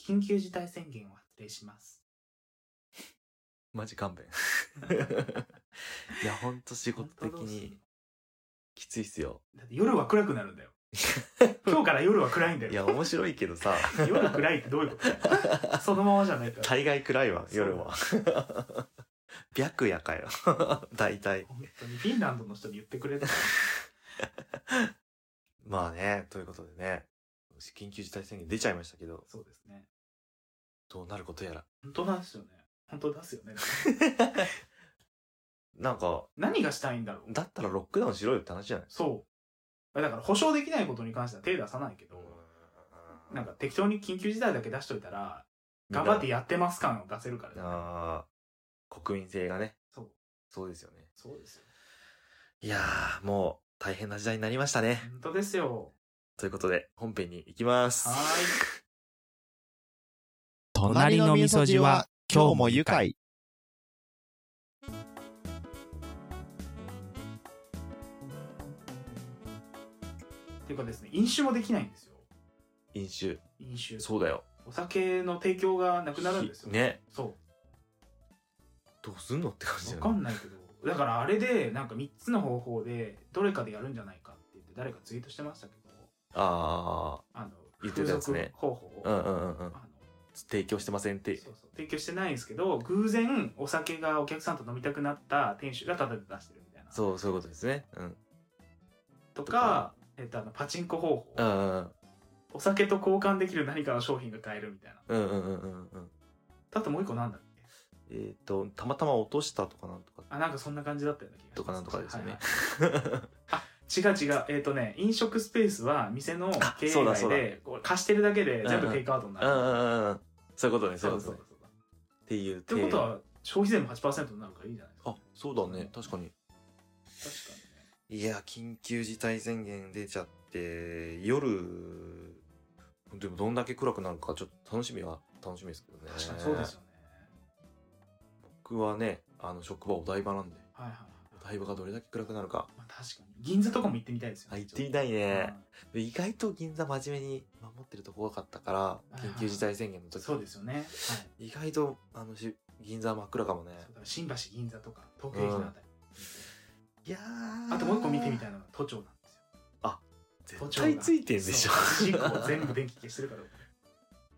緊急事態宣言を発令します。マジ勘弁。いや、ほんと仕事的本当どうすんのにきついっすよ。だって夜は暗くなるんだ よ。今日から夜は暗いんだいや、よ。面白いけどさ、夜暗いってどういうことだよそのままじゃないから。大概暗いわ、そう夜は。白夜かよ。大体。本当にフィンランドの人に言ってくれたらまあね、ということでね、緊急事態宣言出ちゃいましたけど、そうですね。どうなることやら。本当なんですよね。本当ですよね。なんか、何がしたいんだろう。だったらロックダウンしろよって話じゃないですか。そう。だから保証できないことに関しては手出さないけど、なんか適当に緊急事態だけ出しといたら、頑張ってやってます感を出せるからね、あー国民性がね、そう。そうですよね。そうですよ。いやー、もう大変な時代になりましたね。本当ですよ。ということで、本編に行きます。はーい。隣の味噌汁は今日も愉快。っていうかですね、飲酒もできないんですよ。飲酒。飲酒。そうだよ。お酒の提供がなくなるんですよ。。ね。そどうすんのって感じう。だわかよねんないけど。だからあれで、なんか3つの方法で、どれかでやるんじゃないかって言って、誰かツイートしてましたけど、ああの、言ってたやつね風俗方法を、あ、うんうんうんうん。あ提供してませんっのて。そうそう提供してないんですけど、偶然お酒がお客さんと飲みたくなった店主がタダで出してるみたいな。そう、そういうことですね。うん。ととかか、えっと、あのパチンコ方法、うんうんお酒と交換できる何かの商品が買えるみたいな。うんうんうんうんうん。あともう一個なんだっけえっ、と、たまたま落としたとかなんとか。あ、なんかそんな感じだったような気がしますとかなんとかですよねはいはい違う違う。えっ、とね、飲食スペースは店のあ経営そうだ外そうだで、こう貸してるだけで全部テイクアウトになうる。んうんうんうん。そういうことね、そうそうですそうね。そうそう。っていうって提ことは、消費税も8%になるからいいじゃないですか。あ、そうだね。確確かに。かにね。いや、緊急事態宣言出ちゃって、夜、でもどんだけ暗くなるか、ちょっと楽しみは楽しみですけどね。確かにそうですよね。僕はね、あの、職場お台場なんで、はいはいはい。お台場がどれだけ暗くなるか。まあ、確かに。銀座とかも行ってみたいですよあ、ね。行ってみたいね。う意外と銀座真面目に守ってると怖かったから、緊急事態宣言のん時。そうですよね。はい。意外と、あの、し銀座真っ暗かもねそう。だから新橋、銀座とか、東京駅のあたり。いやーあともう一個見てみたいのが都庁なんですよ。絶対ついてんでしょ。 そう一個全部電気消してるから。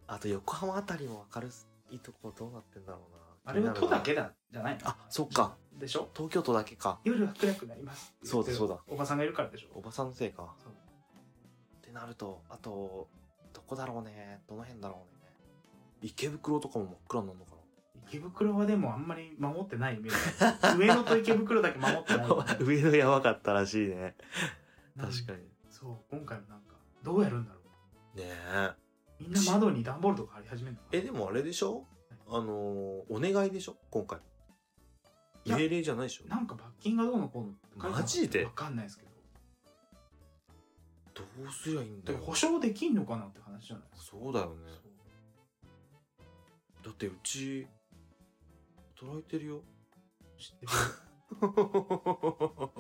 あと横浜あたりも明るいとこどうなってんだろうな。あれは都だけだ。だ、じゃないのあ、そっか。。でしょ東京都だけか。夜は暗くなります。そうだそうだ。おばさんがいるからでしおょ。ばさんのせいか。そうってなると、あと、どこだろうね。どの辺だろうね。池袋とかも真っ暗になるのか池袋はでもあんまり守ってないイメージ。上野と池袋だけ守ってない。な 上野やばかったらしいね。なん 確かに。ねそう、今回もなんか、どうやるんだろう。え。みんな窓に段ボールとか貼り始めるのかなえ、でもあれでしょあのー、お願いでしょ今回。いや命令じゃないでしょなんか罰金がどうのこうのって書いてなかったマジでわかんないですけど。どうすりゃいいんだでよも。保証できんのかなって話じゃないですか。そうだよね。そうだってうち、働いてる よ。知ってるよ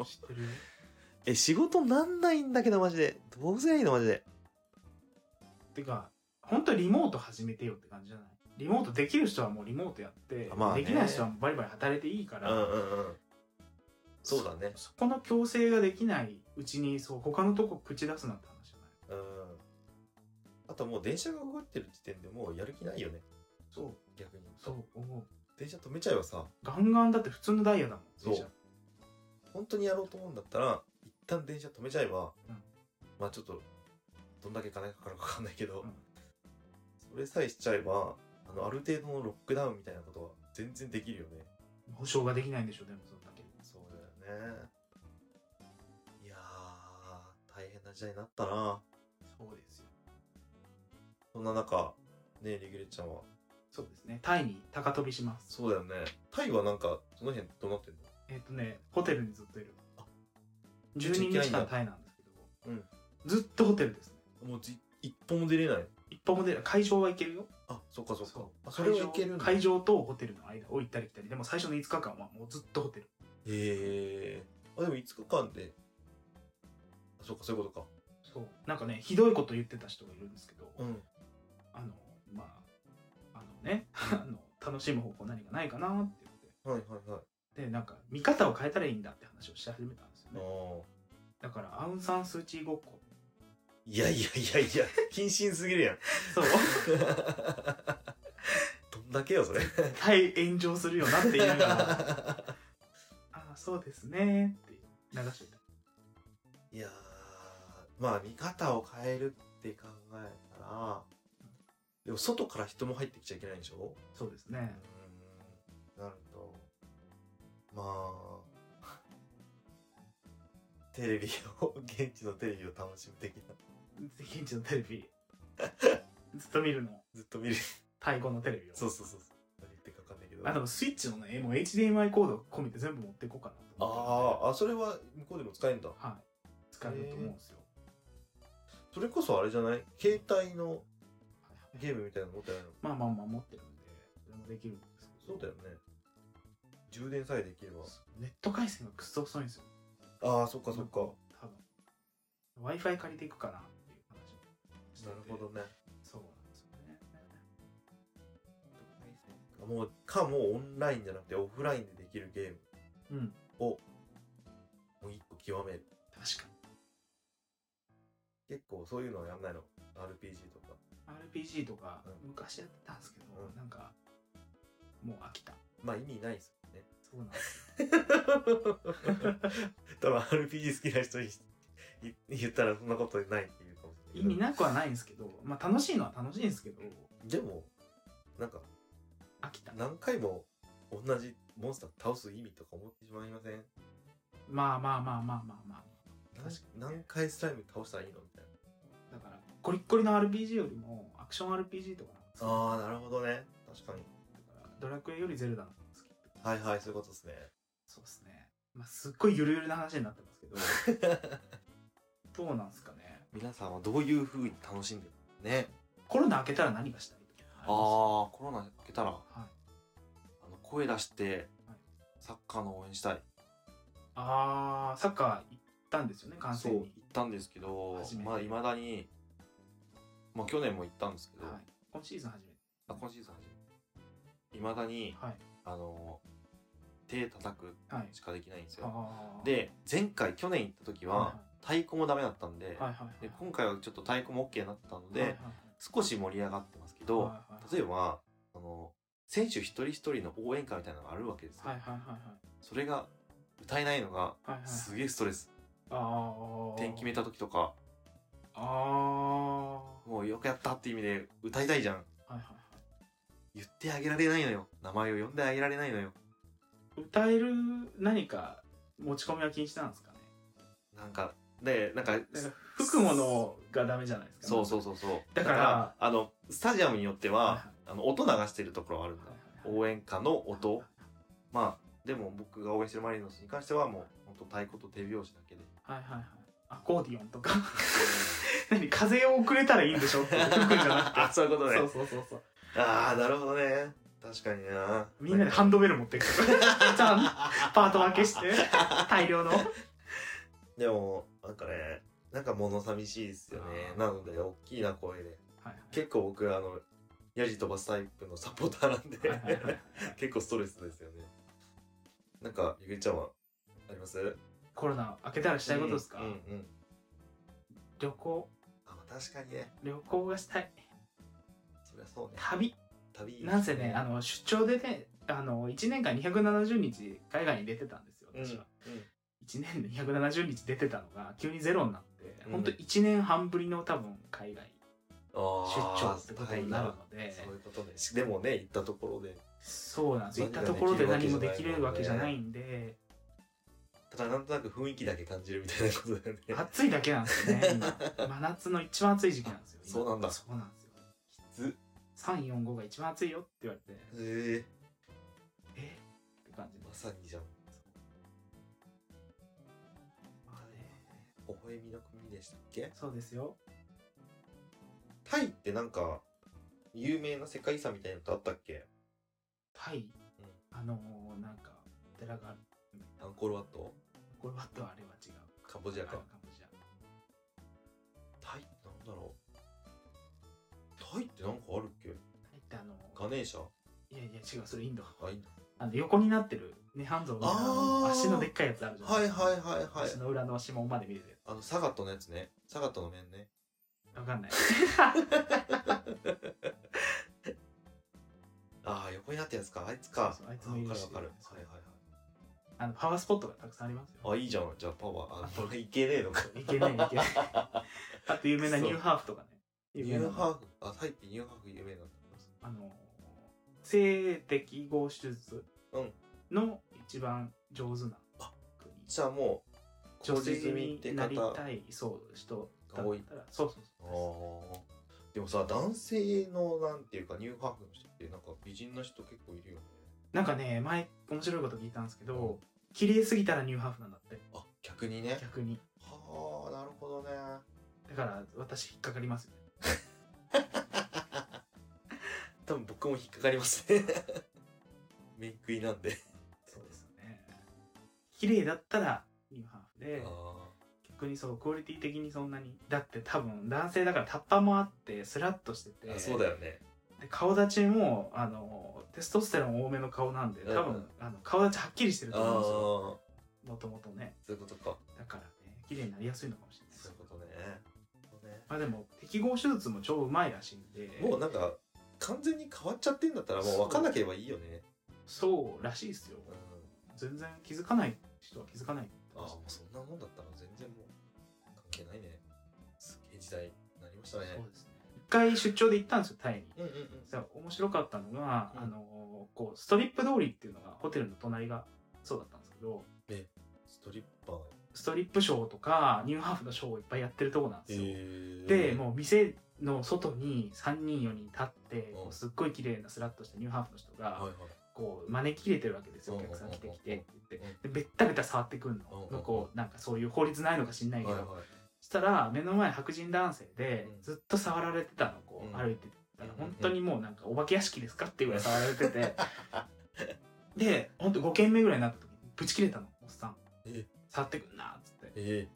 知ってるよえ、仕事なんないんだけど、マジで。どうすりゃいいの、マジで。てか、本当リモート始めてよって感じじゃないリモートできる人はもうリモートやって、まあねできない人はバリバリ働いていいから、んうん。そうだね。そこの強制ができないうちに、そう、他のとこ口出すなって話じゃないうん。あともう電車が動いてる時点でもうやる気ないよね。そう、逆に。そう、思う。電車止めちゃえばさ、ガンガンだって普通のダイヤだもん、そう電車本当にやろうと思うんだったら、一旦電車止めちゃえば、うんまあちょっと、どんだけ金かかるかわかんないけど、うんそれさえしちゃえば、あの、ある程度のロックダウンみたいなことは全然できるよね。保証ができないんでしょ、でもそんだけ。そうだよね。いやー、大変な時代になったな。そうですよ。そんな中、ねえ、リグレッちゃんは。そうですね。タイに高飛びします。そうだよね。タイはなんか、その辺どうなってんのえっ、とね、ホテルにずっといる。あ12日間タイなんですけど、うんずっとホテルですね。もうじ一歩も出れない。一歩も出ない。会場は行けるよ。あ、そっかそっか。あそ会れは場いけるんだ会場とホテルの間を行ったり来たりでも最初の5日間はもうずっとホテルへえ。あ、でも5日間で。あ、そっか、そういうことか。そうなんかねひどいこと言ってた人がいるんですけど、うん。あのまあ 楽しむ方法何かないかなって言って。はいはいはい。でなんか見方を変えたらいいんだって話をし始めたんですよねおだからアウン・サン・スー・チーごっこいやいやいやいや、 謹慎すぎるやん。 そうどんだけよ、それ。対炎上するよなって言いながらああそうですねって流してた いやー、まあ見方を変えるって考えたら、でも外から人も入ってきちゃいけないんでしょそうですうねーん、なると、まあ、テレビを、現地のテレビを楽しむ的な、現地のテレ ビずっと見るのずっと見 る。太鼓のテレビをそうそうそうそう。何言ってかわかんないけど。あでもスイッチのねもう HDMI コード込みで全部持っていこうかなと思ってあーあ、それは向こうでも使えんだ。あはい使えると思うんですよ、それこそあれじゃない携帯のゲームみたいなの持ってないのまあまあまあ持ってるんでそれもできるんですけそどうだよね。充電さえできれば。ネット回線がくっそ遅いんですよああ、そっかそっか。多分 w i f i 借りていくかなっていう話をしててなるほどね。そうなんですよねもう、かもうオンラインじゃなくてオフラインでできるゲームうんを、もう一個極める。確か結構そういうのはやんないの。RPG とか。に RPG とかうん昔やってたんですけど、うんなんかもう飽きたまあ意味ないですそよ ね。うなんですよ多分 RPG 好きな人にい言ったらそんなことないって言うかもしれな意いけど。味なくはないんですけどまあ楽しいのは楽しいんですけどでも、なんか、飽きた何回も同じモンスター倒す意味とか思ってしまいませんまあまあまあまあまあまあ何何回スライム倒したらいいのみたいな。だからコリッコリの RPG よりもアクション RPG とかなんですよああ、なるほどね。確かに。だからドラクエよりゼルダの方が好きはいはい、そういうことですね。そうですね。まあ、すっごいゆるゆるな話になってますけど、 どうなんすかね。皆さんはどういう風に楽しんでるのね。コロナ明けたら何がしたいとかあああ、コロナ開けたら、あります。はい。の、声出してはい、サッカーの応援したい。ああ、サッカー行ったんですよね、完成そう、行に。ったんですけど初め、てまあ、未だに、まあ、去年も行ったんですけど、はい。今シーズン初めて。あ今シーズン初め未だに、はい。あの、手叩くはい。しかできないんですよ。あー、で前回去年行った時はは太鼓もダメだったんで,、いはいはい。で今回はちょっと太鼓も OK になったので、はいはいはい少し盛り上がってますけど、はいはい例えばあの選手一人一人の応援歌みたいなのがあるわけですよ、はいはいはいそれが歌えないのがはい。はいはい。すげえストレス、ああ。点決めた時とかああ。はもうよくやったって意味で歌いたいじゃんいはいは言ってあげられないのよ名前を呼んであげられないのよい。歌える何か持ち込みは禁止なんですかね。なんかでなんかだから吹くものがダメじゃないですか。。そうそううそうそうだからあのスタジアムによっては、はいはいあの音流してるところはあるんだよ応援歌の音まあでも僕が応援してるマリノスに関してはもう本当太鼓と手拍子だけ ではいはいはい。アコーディオンと か。何風を送れたらいいんでしょって吹くんじゃなく あて。そういうことねそうそうそうそう。ああなるほどね確かになみんなでハンドベル持って くる。じゃあ、パート分けして、大量の。でもなんかねなんか物寂しいですよねあーなので大きいな声ではい結構僕あのヤジ飛ばすタイプのサポーターなんで、はいはいはいはい結構ストレスですよねなんかゆりちゃんはありますコロナ明けたらしたいことですか、うんうんうん旅行、あまあ確かにね旅行がしたい。そりゃそうね旅。旅いいですねなんせね、あの、出張でね、あの、1年間270日海外に出てたんですよ、うん、う私は。ん1年で270日出てたのが、急にゼロになって、うんほんと1年半ぶりの多分海外出張あーってことになるの大変でだそういうことねしでもね行ったところでそうなんですよ行っ何がたところで何でもきるでわけきじゃないるわけじゃないんでただなんとなく雰囲気だけ感じるみたいなことだよね暑いだけなんですよ ね今真夏の一番暑い時期なんですよ今そうなんだそうなんですよず345が一番暑いよって言われてええって感じー、でまさにじゃんまあね微笑みの国でしたっけそうですよタイってなんか有名な世界遺産みたいなのってあったっけタイうんあのーなんかお寺があるアンコールワットこれはとはあれは違うカンボジアあれかはカンボジアタイってなんだろうタイってなんかあるっタけイってあのーガネーシャいやいやや違う、それインド。はい。あの横になってる、涅槃像みたいなのあー足のでっかいやつあるじゃないはいですか。はいはいはい足。の裏の指紋まで見れてる。あの、サガットのやつね。サガットの面ね。わかん ない。ああ、横になったやつか。あいつか。そうそうあいつもいるしわかるわかる。はいはあの、パワースポットがたくさんありますよ。いはい。あ、いいじゃん。じゃあパワー。あ、これいけねえのか。いけないいけない。あと有名なニューハーフとかね。ニ有名なュのーハーフ。あ、タイってニューハーフ有名なんだ。あの、性的合手術うんの一番上手なあ国。じゃあもう、女小性泉にってな方。りああ。たい、そう、人だがっ多いたら、そうそうそう。でもさ、男性のなんていうか、ニューハーフの人って、なんか美人な人結構いるよね。なんかね、前、面白いこと聞いたんですけど、綺麗すぎたらニューハーフなんだって、あ、逆にね。逆に。はあ、なるほどね。だから、私、引っかかりますよね。多分僕も引っかかりますね。 メイクイなんで。そうですよね。綺麗だったらニューハーフあで、あ。逆にそう、クオリティ的にそんなに。だって多分、男性だからタッパもあって、スラッとしてて、あそうだよね。で顔立ちも、あの、テストステロン多めの顔なんで、多分、うんうんあの顔立ちはっきりしてるあとあ思うんですよ。ー、もともとね。そういうことか。だからね、綺麗になりやすいのかもしれないですそういうことね。まあでも、適合手術も超うまいらしいんで、もうなんか、完全に変わっちゃってんだったら、もう分かんなければいいよね。そうらしいですよ。うん。全然気づかない人は気づかないってあ言あ、ってもうそんなもんだったら全然もう、関係ないね。すげえ時代になりましたました。ねそう。ですね。一回出張で行ったんですよ、タイに。うんうんうん。さ面白かったのが、うんあのこうストリップ通りっていうのがホテルの隣がそうだったんですけどストリッパー。ストリップショーとかニューハーフのショーをいっぱいやってるとこなんですよ、えでもう店の外に3人4人立って、こううんすっごい綺麗なスラッとしたニューハーフの人が、はいはい。こう招き入れてるわけですようおんうんうん客うんさん来て来てって言ってでうべったべた触ってくんの,、うんうんうんのこうなんかそういう法律ないのか知んないけど、はいはい。したら目の前白人男性でうんずっと触られてたのこううん歩いてたらうん本当にもうなんかお化け屋敷ですかっていうぐらい触られて てで本当5軒目ぐらいになった時にぶち切れたのおっさんえ触ってくんなっつってえ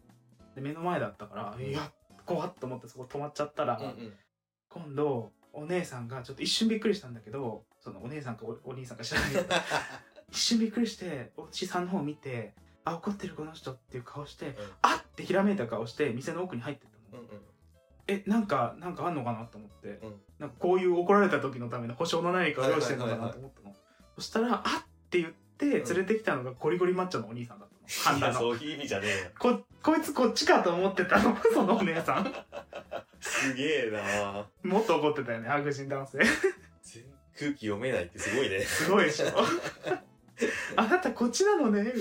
で目の前だったからうんいや怖っと思ってそこ止まっちゃったらえ。うんうん。今度お姉さんがちょっと一瞬びっくりしたんだけどそのお姉さんかおお兄さんか知らない けど一瞬びっくりしておじさんの方見てあ怒ってるこの人っていう顔してあっってひらめいた顔して店の奥に入ってったの。うんうん。えなんかなんかあんのかなと思って、うんなんかこういう怒られた時のための保証の何かを用意してるのかなと思ったの、そしたら「あっ!」って言って連れてきたのがゴリゴリマッチョのお兄さんだったの 半いや田のそういう意味じゃねえよ。ここいつこっちかと思ってたの そのお姉さんすげえなもっと怒ってたよね白人男性全空気読めないってすごいね。 すごいでしょあなたこっちなのねみ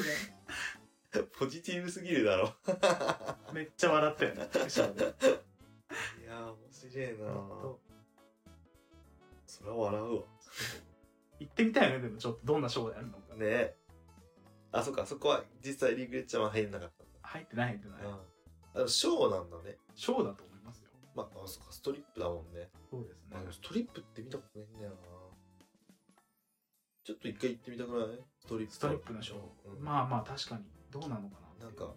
たいポジティブすぎるだろ。なめっちゃ笑ったよね後ろでいやー、面白いなそうそりゃ笑うわ。行ってみたいよねでもちょっとどんなショーであるのか、ねあ、そっか、そこは実際リグレッチャーは入んなかったん入ってない入ってない、だ。うん。あの、ショーなんだね。ショーだと思いますよまあ、あそっか、ストリップだもんね。そうですあでもストリップって見たことないんだよなちょっと一回行ってみたくないストリップ。ストリップのショー、うんまあまあ確かにどうなのかなななんか、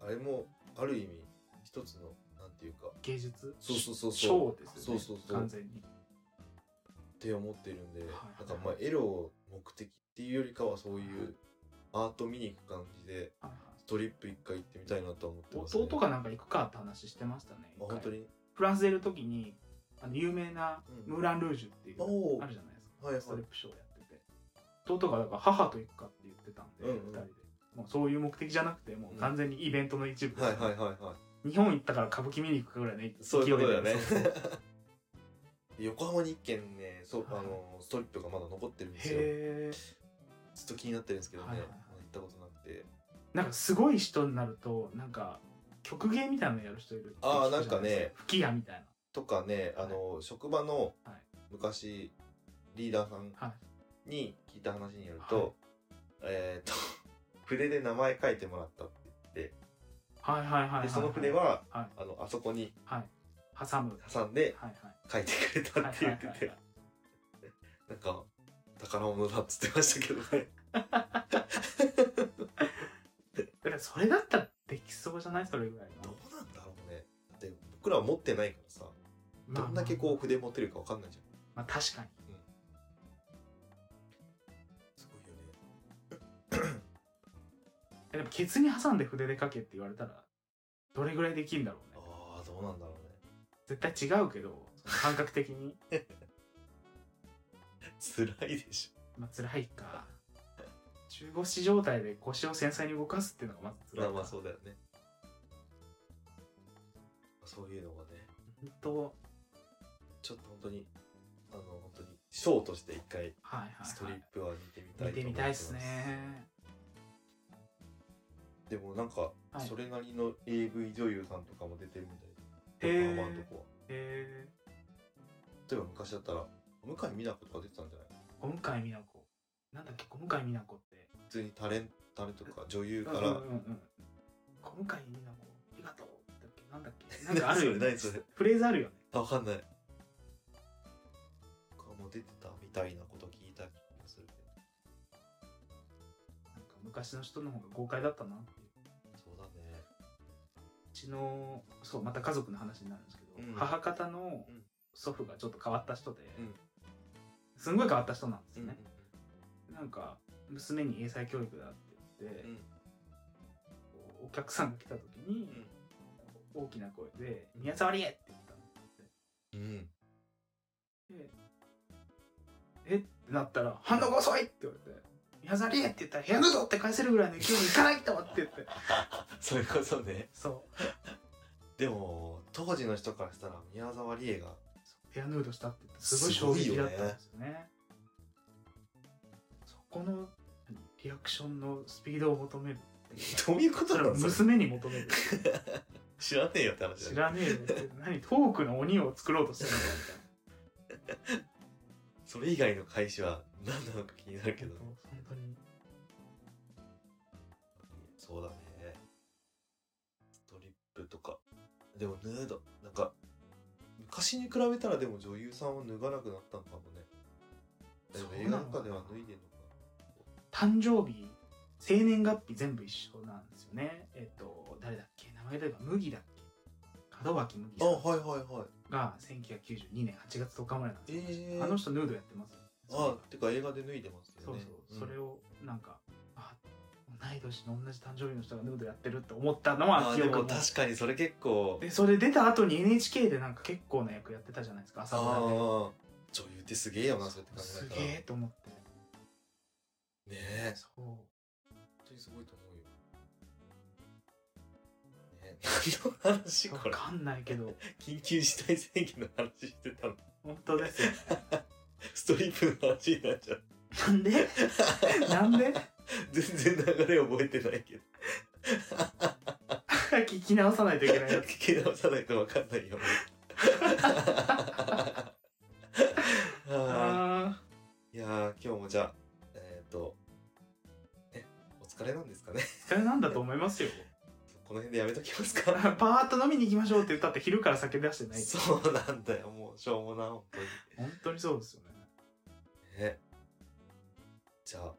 あれも、ある意味、一つの、なんていうか、芸術そうそうそうそうショーですよねそうそうそう完全にって思ってるんで、いなんかまあ、エロを目的っていうよりかは、そういう、アート見に行く感じで、はいはストリップ一回行ってみたいなとは思っています、ね。弟がなんか行くかって話してましたねあ、本当にフランスでいる時にあの有名なうんムーラン・ルージュっていう、おーあるじゃないですかはいはいストリップショーやってて弟がだから母と行くかって言ってたんで、うんうん二人でもうそういう目的じゃなくてもう完全にイベントの一部ですはいはいはいは日本行ったから歌舞伎見に行くかぐらいの勢いい。そういうことだよねそうそう。横浜に一軒ね、そう、はいあの、ストリップがまだ残ってるんですよ。へえずっと気になってるんですけどね、はいはいはい行ったことなくて。なんかすごい人になるとなんか曲芸みたいなのやる人いるって聞くあーじゃいですなんかね吹き矢みたいなとかね、あの、職場のはい昔、リーダーさんはいに聞いた話によると、えっ、と、 筆で名前書いてもらったって言って、はいはいはいはい、はい、で、その筆は、はいあの、あそこに挟む挟んではい書いてくれはたいって言ってて、なんか、宝物だっつってまし たけどね。だからそれだったらできそうじゃないそれぐらいどのうなんだろうね。だって僕らは持ってないからさ、どんだけこう筆持てるかわかんないじゃん。まあ、まあ確かに、うんえでもケツに挟んで筆で書けって言われたらどれぐらいできるんだろうねああどうなんだろうね絶対違うけどその感覚的に 辛いでしまあ辛いか中腰状態で腰を繊細に動かすっていうのがまずょ辛いまかあまあそうだよねそういうのがね本当ちょっと本当にあの本当にショーとして一回はいはい、はい、ストリップは見てみたい見てと思みったまいっすねでもなんか、はいそれなりの AV 女優さんとかも出てるみたいへーで横浜のとこはえ例えば昔だったら向井美奈子とか出てたんじゃないー、小向井美奈子なんだっけ小向井美奈子って普通にタレンタレントとか女優かうんらうんうん、小向井美奈子ありがとうだっけなんだっ けなんかあるよね何それ何それフレーズあるよねあわかんないとかも出てたみたいなこと聞いた気がするけなんか昔の人の方が豪快だったなっていうどそうだねうちのそうまた家族の話になるんですけど、うん母方のうん祖父がちょっと変わった人で、うんすんごい変わった人なんですうんよね、なんか娘に英才教育だって言って、うんこうお客さんが来た時にうん、大きな声で「うん宮沢りえ!」って言ったのうんうんでえってなったら「反応が遅い!」って言われて「宮沢りえ!」って言ったら「部屋のぞ!」って返せるぐらいの勢いにいかないとって言って それこそねそでも当時の人からしたら宮沢りえがうペアヌードしたって言ってすごい衝撃だったんですよねそこの何リアクションのスピードを求めるっていうかどういうこそとれなはのそれ娘に求める知らねえよって話知だよらねえよって何トークの鬼を作ろうとしてるんだみたいなそれ以外の返しは何なのか気になるけど、ね、本当にそうだねストリップとかでもヌードなんか昔に比べたらでも女優さんは脱がなくなったのかもねでもそうなの映画なんかでは脱いでんのか誕生日生年月日全部一緒なんですよねえっと誰だっけ名前が出れば麦だっけ門脇麦さあんはいはいはいが1992年8月10日生まれなんですよ、ええあの人ヌードやってますあてか映画で脱いでますよそうねそう、それをなんかあ同い年の同じ誕生日の人がヌードやってるって思ったのはあ記で憶もも確かにそれ結構でそれ出た後に NHK でなんか結構な役やってたじゃないですか朝ああドラで女優ってすげえよなそうやって考すえたげらえと思ってねえそう本当にすごいと思うよ。ね、何の話こ分れかんないけ ど緊急事態宣言の話してたの本当 ですよストリップの話になっちゃうなんでなんで全然流れ覚えてないけど聞き直さないといけないやつ聞き直さないと分かんないよ ああ ーいやー今日もじゃあえっ、とえお疲れなんですかねー疲れなんだと思いますよこの辺でやめときますパかーッと飲みに行きましょうって言ったって昼から酒出してないそうなんだよもうしょうもな本当に本当にそうですよねね。じゃあ。は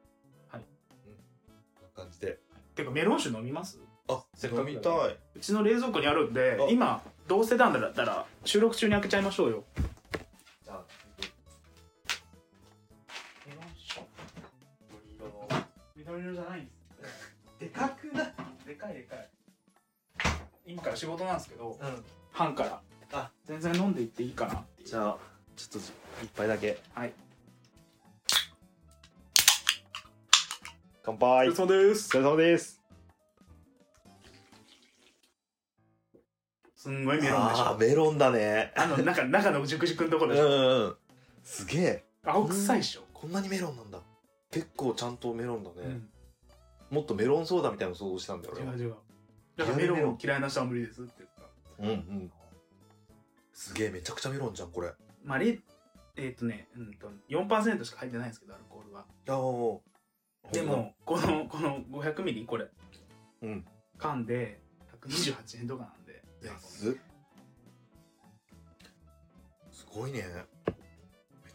いうん。こんな感じで。てかメロン酒飲みますあ、せっかくだから飲みたい。うちの冷蔵庫にあるんであ今どうせなんだったら収録中に開けちゃいましょうよじゃあ、メロン酒緑色の。緑色じゃないんですでかくないでかいでかい今から仕事なんですけどうん。半からあ全然飲んでいっていいかなっていうじゃあ、ちょっと一杯だけ。はい。乾杯。お疲れ様ですお疲れ様です。すんごいメロンでしあょー、メロンだね。あのなんか中の熟熟のとこうんでしょうんうん。すげえ。青臭いでしょこんなにメロンなんだ。結構ちゃんとメロンだね。うんもっとメロンソーダみたいなの想像したんだよ、違俺はう違うだからメロン嫌いな人は無理ですって言ったうんうん。すげえ、めちゃくちゃメロンじゃん、これ。あまあれえっ、とね、うん、と4%しか入ってないんですけどアルコールはー。でもこのこの500ミリこれうん缶で128円とかなん で安っすごいねめ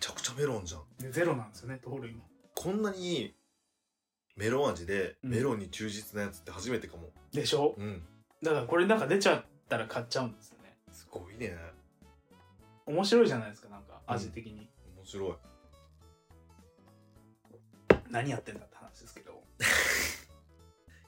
ちゃくちゃメロンじゃんでゼロなんですよね糖類もこんなにメロン味でうんメロンに忠実なやつって初めてかもでしょうん、だからこれなんか出ちゃったら買っちゃうんですよねすごいね面白いじゃないですかなんか味的に、面白い何やってんだって話ですけど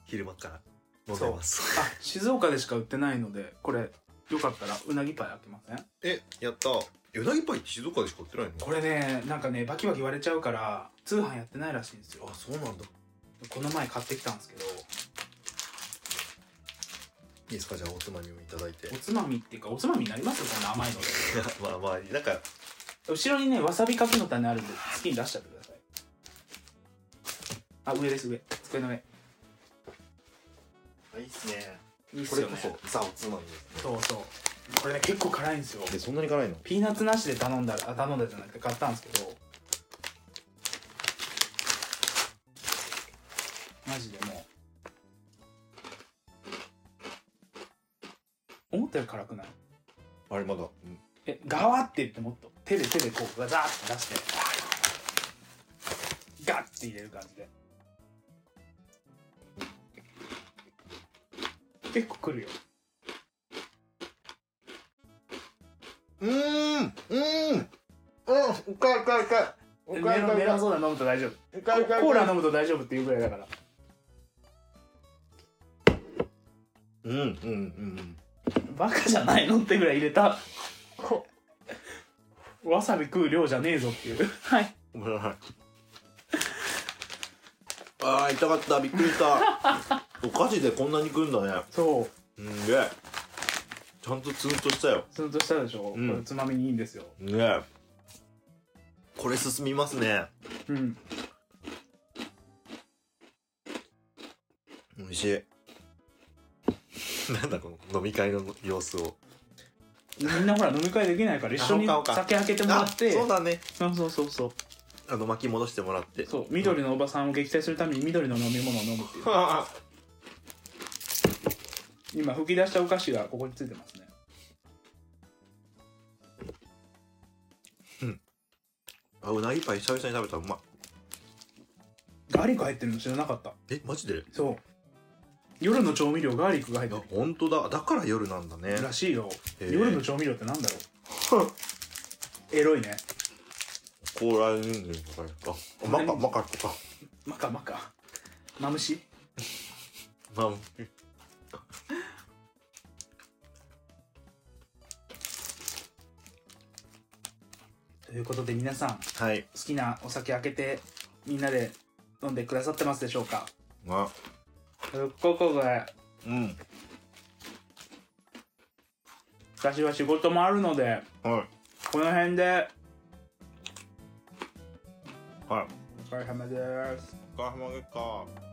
昼間から飲んでます。あ静岡でしか売ってないのでこれよかったらうなぎパイ開けませんえ、やった。うなぎパイって静岡でしか売ってないのこれねなんかねバキバキ割れちゃうから通販やってないらしいんですよあ、そうなんだ。この前買ってきたんですけどいいですかじゃあおつまみもいただいてお。つまみっていうかおつまみになりますよこんな甘いのでま あまあ、なんか、後ろにねわさびかきの種あるんで好きに出しちゃってくださいあ上です上机の上いいっすね。いいっこすれよこねそ、ザおつまみですね。そうそうこれね結構辛いんですよえ、そんなに辛いのピーナッツなしで頼んだらあ頼んだじゃなくて買ったんですけどマジでもう思ったより辛くないあれまだ。うんえガワって言ってもっと手で手でこうガザーって出してガッて入れる感じで結構くるようーんうーんうんうかいうかいうかいうメかいロンメロンうソーダ飲むと大丈夫かいうかいコーラ飲むと大丈夫っていうぐらいだからうんうんうんバカじゃないのってぐらい入れたわさび食う量じゃねえぞっていうはいごめんなさい あー痛かったびっくりしたお菓子でこんなにくるんだねそううんげえちゃんとツンとしたよツンとしたでしょ、うんこれつまみにいいんですよねえこれ進みますねうん美味しい なんだこの飲み会の様子をみんなほら飲み会できないから一緒にあほんかほんか酒開けてもらってそうだねそうそうそうそうあの巻き戻してもらって そう緑のおばさんを撃退するために緑の飲み物を飲むっていう今吹き出したお菓子がここについてますねあうなぎパイ久々に食べたうまいガーリック入ってるの知らなかったえマジでそう夜の調味料ガーリックが入ってある本当だだから夜なんだねらしいよへえ夜の調味料ってなんだろ うエロいねコーラニンニンとかやったあマカマカとかマカマカマムシまあということで皆さん好はいきなお酒開けてみんなで飲んでくださってますでしょうかまあすっごくこれうん私は仕事もあるのではこの辺でいはいお疲れ様ですお疲れ様でした